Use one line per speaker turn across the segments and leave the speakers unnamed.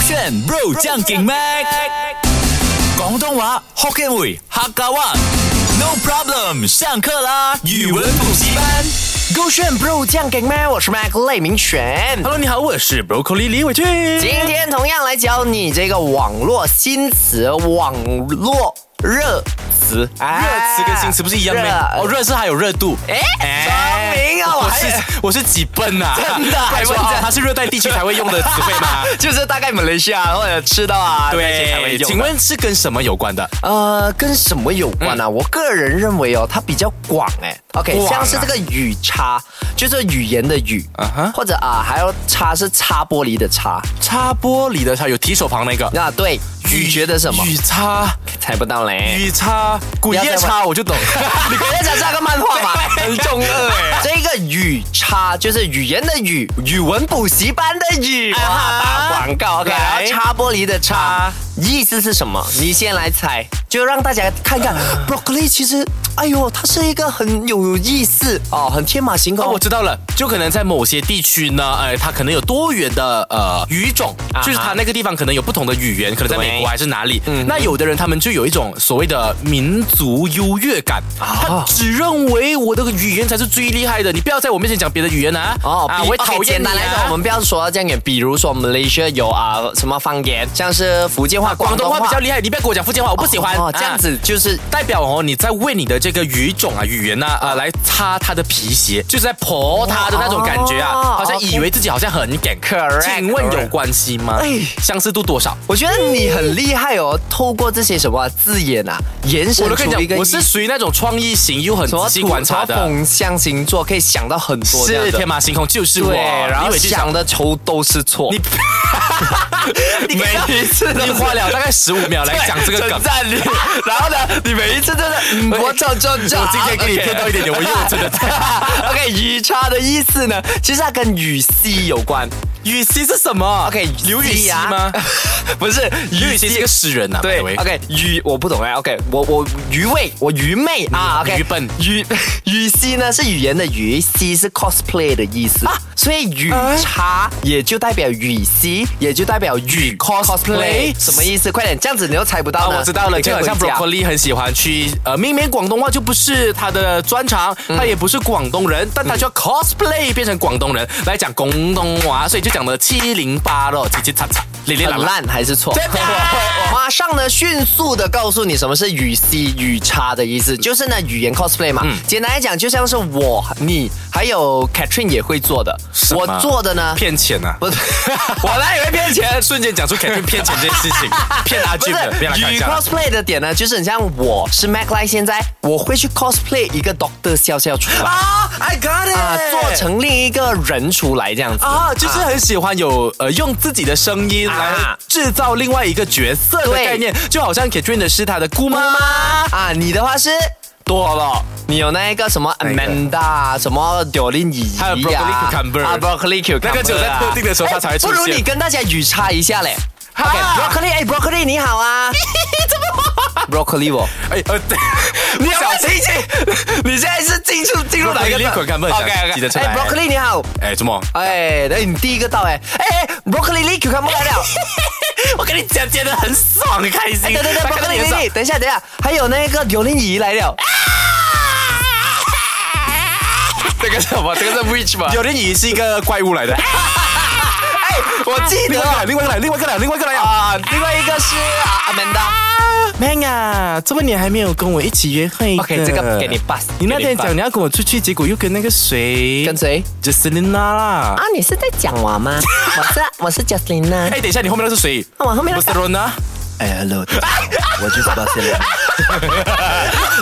选 Bro 将劲 Mac，广东话 Hokkien 语客家话。No problem，上课啦！语文补习班。
勾选 Bro 酱给麦，我是 Mac 赖明全。
Hello，你好，我是 Broccoli 李伟俊。
今天同样来教你这个网络新词，网络热词。啊
热词跟新词不是一样吗？哦，
热
热是还有热度。哎
哎，聪明啊，我
我
还
是我是几笨啊！
真的
还说
还问
哦
这
它是热带地区才会用的词汇吗？
就是大概马来西亚或者吃到啊，那些才会
对，
用
请问是跟什么有关的？
呃，跟什么有关啊？我个人认为哦，它比较广哎、OK，
嗯广啊
像是这个语差，就是语言的语
啊哈
或者啊，还有擦是擦玻璃的擦。
擦玻璃的擦，有提手旁那个。
那对，语觉得什么？
雨擦，
猜不到嘞。
雨擦，古
要再
夜
问
擦，我就懂。
你刚才讲这个漫画嘛，很中二
欸
哎。这个语差就是语言的语，语文补习班的语。哇，
啊哈
打广告 OK，然
来
后擦玻璃的擦
啊，
意思是什么？你先来猜，就让大家看
啊
看 broccoli 其实，哎呦，它是一个很有意思 哦，很天马行
哦，
空
我。知道了，就可能在某些地区呢，呃，它可能有多元的呃语种，
哈
就是它那个地方可能有不同的语言，可能在美
啊对嗯
国还是哪里。那有的人他们就有一种所谓的民族优越感，他
哦
只认为我的语言才是最厉害的，你不要在我面前讲别的语言啊！
哦，
啊，
比
我会
OK，
讨厌
简
你
单来说，
啊
我们不要说这样远。比如说，我们 Malaysia 有啊什么方言，像是福建话、
啊广东
东
话比较厉害，你不要跟我讲福建话，我不喜欢。
哦，这样
啊
子就是
代表哦，你在为你的这个语种啊、语言呐啊、呃来擦他的皮鞋，就是在婆他的那种感觉啊，
哦
好像
OK
以为自己好像很梗。
Correct，
请问
correct
有关系吗？
哎
相似度多少？
我觉得你很厉害哦，透过这些什么字眼啊，延伸
我都跟
出一
你
个
讲，我是属于那种创意型又很
什么
仔细观察
什
的
么，风象星座可以想到很多这样
是
的，
天马行空，就是我。
对，然后
你以为就
想的球都是错。
你
你
每一次
都
你 花了大概十五秒来讲这个梗
称。赞你，然后呢，你每一次真的，嗯，我这这这，
我今天给你骗到一点点，我又真的
OK，语差的意思呢，其实它跟语息有关。
语息是什么
OK，啊
刘禹锡吗？
不是，
刘禹锡是个诗人呐、啊，
对
喂。
，OK，愚我不懂哎，OK，我我愚昧，我愚昧啊，OK，
愚笨
愚语系呢是语言的语，系是 cosplay 的意思啊，所以语差也就代表语系，也就代表语 cosplay，什么意思？快点，这样子你又猜不到
啊，
呢
我知道了，
你
就
可以
好像
回家
broccoli 很喜欢去呃，明明广东话就不是他的专长，他也不是广东人，但
嗯
他就要 cosplay 变成广东人来讲广东话，所以就讲的七零八落，七七叉叉，哩哩啦
很
啦。啊
烂还是错
对吧？
马上呢，迅速的告诉你什么是语系语差的意思，就是呢语言 cosplay 嘛。
嗯
简单来讲，就像是我、你还有 Catherine 也会做的，
么
我做的呢，
骗钱 呐、啊！
不是，我来以为骗钱。
瞬间讲出 Catherine 骗钱这件事情，骗阿
不
俊的，骗他
是，
看一
与
下。
cosplay 的点呢，就是很像我是 Mac Lie，现在我会去 cosplay 一个 Doctor 笑笑出来
啊，I got it！
啊，做成另一个人出来这样子
啊，就是很喜欢有呃用自己的声音来
啊
制造另外一个角色的
对
概念，就好像 Catherine 的是她的姑妈
啊，你的话是。
多了。
你有那一个什么 Amanda，啊什么 d o l i n 姨
还有 broccoli cucumber
啊，broccoli cucumber，
那个只有在特定的时候
啊
它才会出现
哎不如你跟大家语差一下嘞。
哈
OK，broccoli，哎，broccoli 你 好啊，怎么？broccoli 我，
哎呃，对
你要问谁谁？你现在是进入进入哪一个
Broccoli cucumber，
OK，OK
记得出来
哎，broccoli 你好，
哎，怎么？
哎，哎，你第一个到哎，哎哎，broccoli 你 cucumber 来了。
我跟你讲，觉得很爽，很开心。
对对对
他看 到你
，broccoli
很爽
你，等一下等一下，还有那个刘林怡来了。 这个是什么？这个是 which 吗
有人以为是一个怪物来的。
哎我记
另
得
外一个来，另外一个来，另外一个来，另外一个来啊！
啊，另外一个是阿曼达。
妹啊，这么你还没有跟我一起约会的
OK，这个给你 pass，
你那
给你
天
pass
讲你要跟我出去，结果又跟那个谁，
跟谁
？Justina 啦
啊。，你是在讲我 吗？我是我是啊 Justin 呢、
哎，等一下，你后面那个是谁？
我后面那
不
个
是 Rona，
哎，hello，我就是巴西人。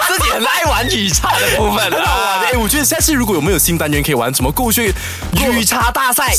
自己很爱 玩语差的部分
啊！
啊
哎，。我觉得下次如果有没有新单元可以玩，什么过去
语差大赛，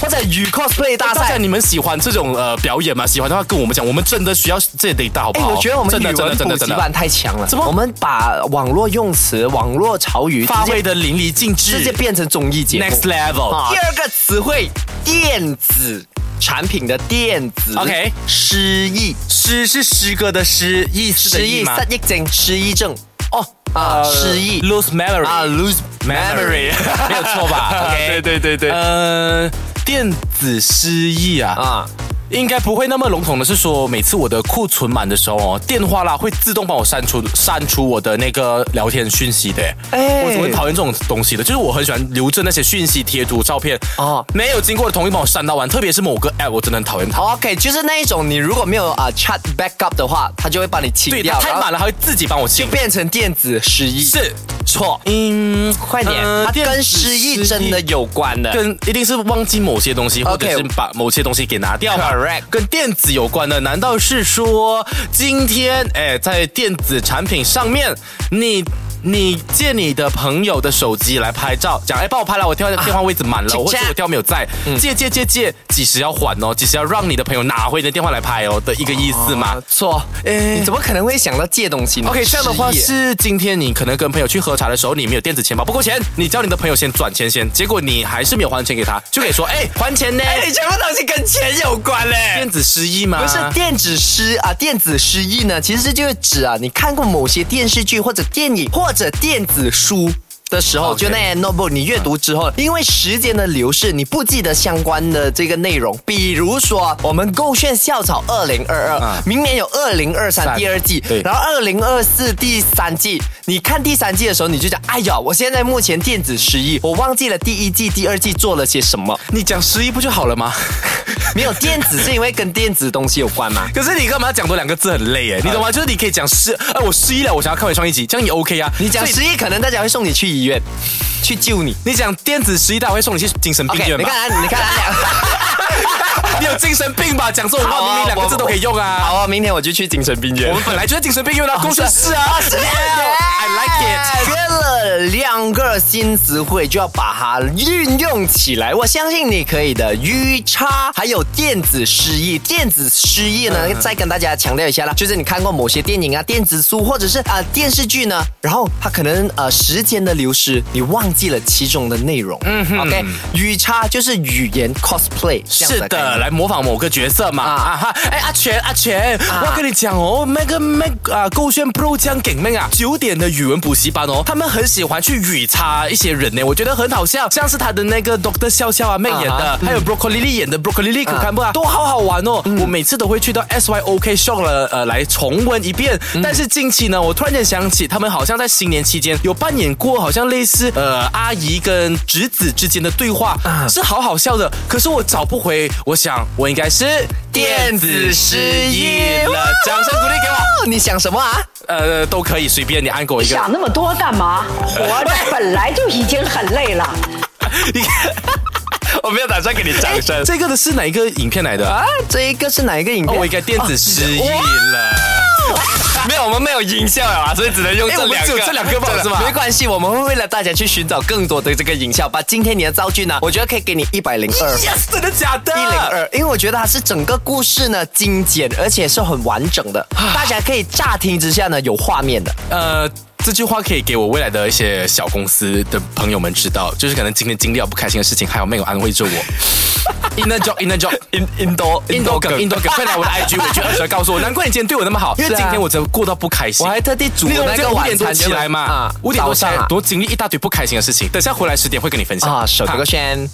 或者语 cosplay 大
大家
赛。
你们喜欢这种呃表演吗？喜欢的话跟我们讲，我们真的需要这得大好不
哎，
好？
我觉得我
哦
们
真的
语
真的
文
真
补
的
习
真的
班太强了。
怎么
我们把网络用词、网络潮语直
发
接
挥的淋漓尽致，
直接变成综艺节目
next。level。
啊第二个词汇，电子产品的电子。
OK
失忆。
诗是诗歌的诗，意思的
失忆、
意吗
失？忆症、失忆症
哦
啊，失忆
lose memory
啊，lose memory，
没 有错吧啊
对
？OK，
对对对，
呃，电子失忆啊，
啊，
应该不会那么笼统的是说，每次我的库存满的时候哦，电话啦会自动帮我删除删除我的那个聊天讯息的。
哎
哎，我怎么很讨厌这种东西的？就是我很喜欢留着那些讯息、贴图、照片
哦
哦，没有经过的同意帮我删到完，特别是某个 app，我真的很讨厌它。
OK，就是那一种，你如果没有啊、chat backup 的话，它就会帮你清
对，
掉，
它太
然后
满了，它会自己帮我清。
变成电子失忆。
是错，嗯，
快点，
呃
它
电
跟
子
失忆真
失忆
的有关 的。
跟一定是忘记某些东西，或
OK
者是把某些东西给拿掉嘛。
Correct
跟电子有关的，难道是说今天哎，在电子产品上面，你你借你的朋友的手机来拍照，讲哎帮我拍了，我电话电话位置满了，
请嗯
或者
假
我电话没有在，借借借借，几时要还哦？几时要让你的朋友拿回你的电话来拍哦的一个意思嘛
啊？错，
哎
你怎么可能会想到借东西呢
OK，这样的话
失忆耶
是今天你可能跟朋友去喝茶的时候，你没有电子钱包不够钱，你叫你的朋友先转钱先，结果你还是没有还钱给他，就可以说哎还钱呢，
哎，你全部东西跟钱有关嘞
电。子失忆吗？
不是电子失啊，电子失忆呢，其实就是指啊，你看过某些电视剧或者电影或者电子书。的时候
OK
就那些 notebook 你阅读之后，因为时间的流逝，你不记得相关的这个内容。比如说，我们勾选校草二零二二
嗯，
明年有二零二三
三
第二季，
对
然后二零二四第三季。你看第三季的时候，你就讲，哎呀，我现在目前电子失忆，我忘记了第一季、第二季做了些什么。
你讲失忆不就好了吗？
没有电子是因为跟电子东西有关吗？
可是你干嘛讲多两个字很累哎，你懂吗？就是你可以讲失，哎我失忆了，我想要看回创一集，这样也 OK 啊。
你讲
所以
失忆，可能大家会送你去医院，去救你。
你讲电子失忆，大会送你去精神病
OK，
院
你
吧？
看啊，你看啊，两
你有精神病吧？讲这种
好
话明
啊
明两个字都可以用啊。
好啊，明天我就去精神病
我
院
们。本来就是精神病院啊，公司是啊
啊， 是的
Yeah，I like it。
学了两个新词汇，就要把它运用起来。我相信你可以的。鱼叉，还有电子失忆。电子失忆呢，再跟大家强调一下啦，就是你看过某些电影啊、电子书或者是啊、呃电视剧呢，然后它可能呃时间的流失，你忘记了其中的内容。嗯，OK，语叉就是语言 cosplay，这样子
是
概念
的，来模仿某个角色嘛。
啊
啊哈，哎，阿全，阿全，我跟你讲哦，那个那个啊，勾选 Pro 江给妹啊，九点的语文补习班哦，他们很喜欢去语插一些人呢，我觉得很好笑，像是他的那个 Doctor 笑笑啊，妹演
啊
的，还有 Broccoli 丽演的 Broccoli 丽可看不啊，都好好玩哦。我每次都会去到 SYOK Show 了，呃，来重温一遍。但是近期呢，我突然间想起，他们好像在新年期间有扮演过，好像类似呃阿姨跟侄子之间的对话，嗯是好好笑的。可是我找不回，我想我应该是
电子失忆
了。掌声鼓励给我。
哦，你想什么啊？
呃，都可以随便你按给我一个。
想那么多干嘛？ 活着本来就已经很累了。
你看
我没有打算给你掌声。
这个的是哪一个影片来的？
啊，这一个是哪一个影
哦，
片？
我应该电子失忆了。
没有，我们没有音效了啊，所以只能用
哎
这
我们
两
只有
个，
这两个吧
真的
是吧
没关系，我们会为了大家去寻找更多的这个音效，把今天你的造句呢，我觉得可以给你一百零二。
Yes，真的假的？
一零二，因为我觉得它是整个故事呢精简，而且是很完整的，大家可以乍听之下呢有画面的。
呃，这句话可以给我未来的一些小公司的朋友们知道，就是可能今天经历了不开心的事情，还有没有安慰 着我。Inner job, inner job, in indoor indoor 梗 indoor 梗，快来我的 IG，我去二十来告诉我，难怪你今天对我那么好，因为
是啊
今天我真的过到不开心。
我还特地煮
你懂
那
我今
个
天五
晚
点多
餐
起来嘛，五点多起
早上
来
啊，
多经历一大堆不开心的事情，等下回来十点会跟你分享
啊，手这个。圈。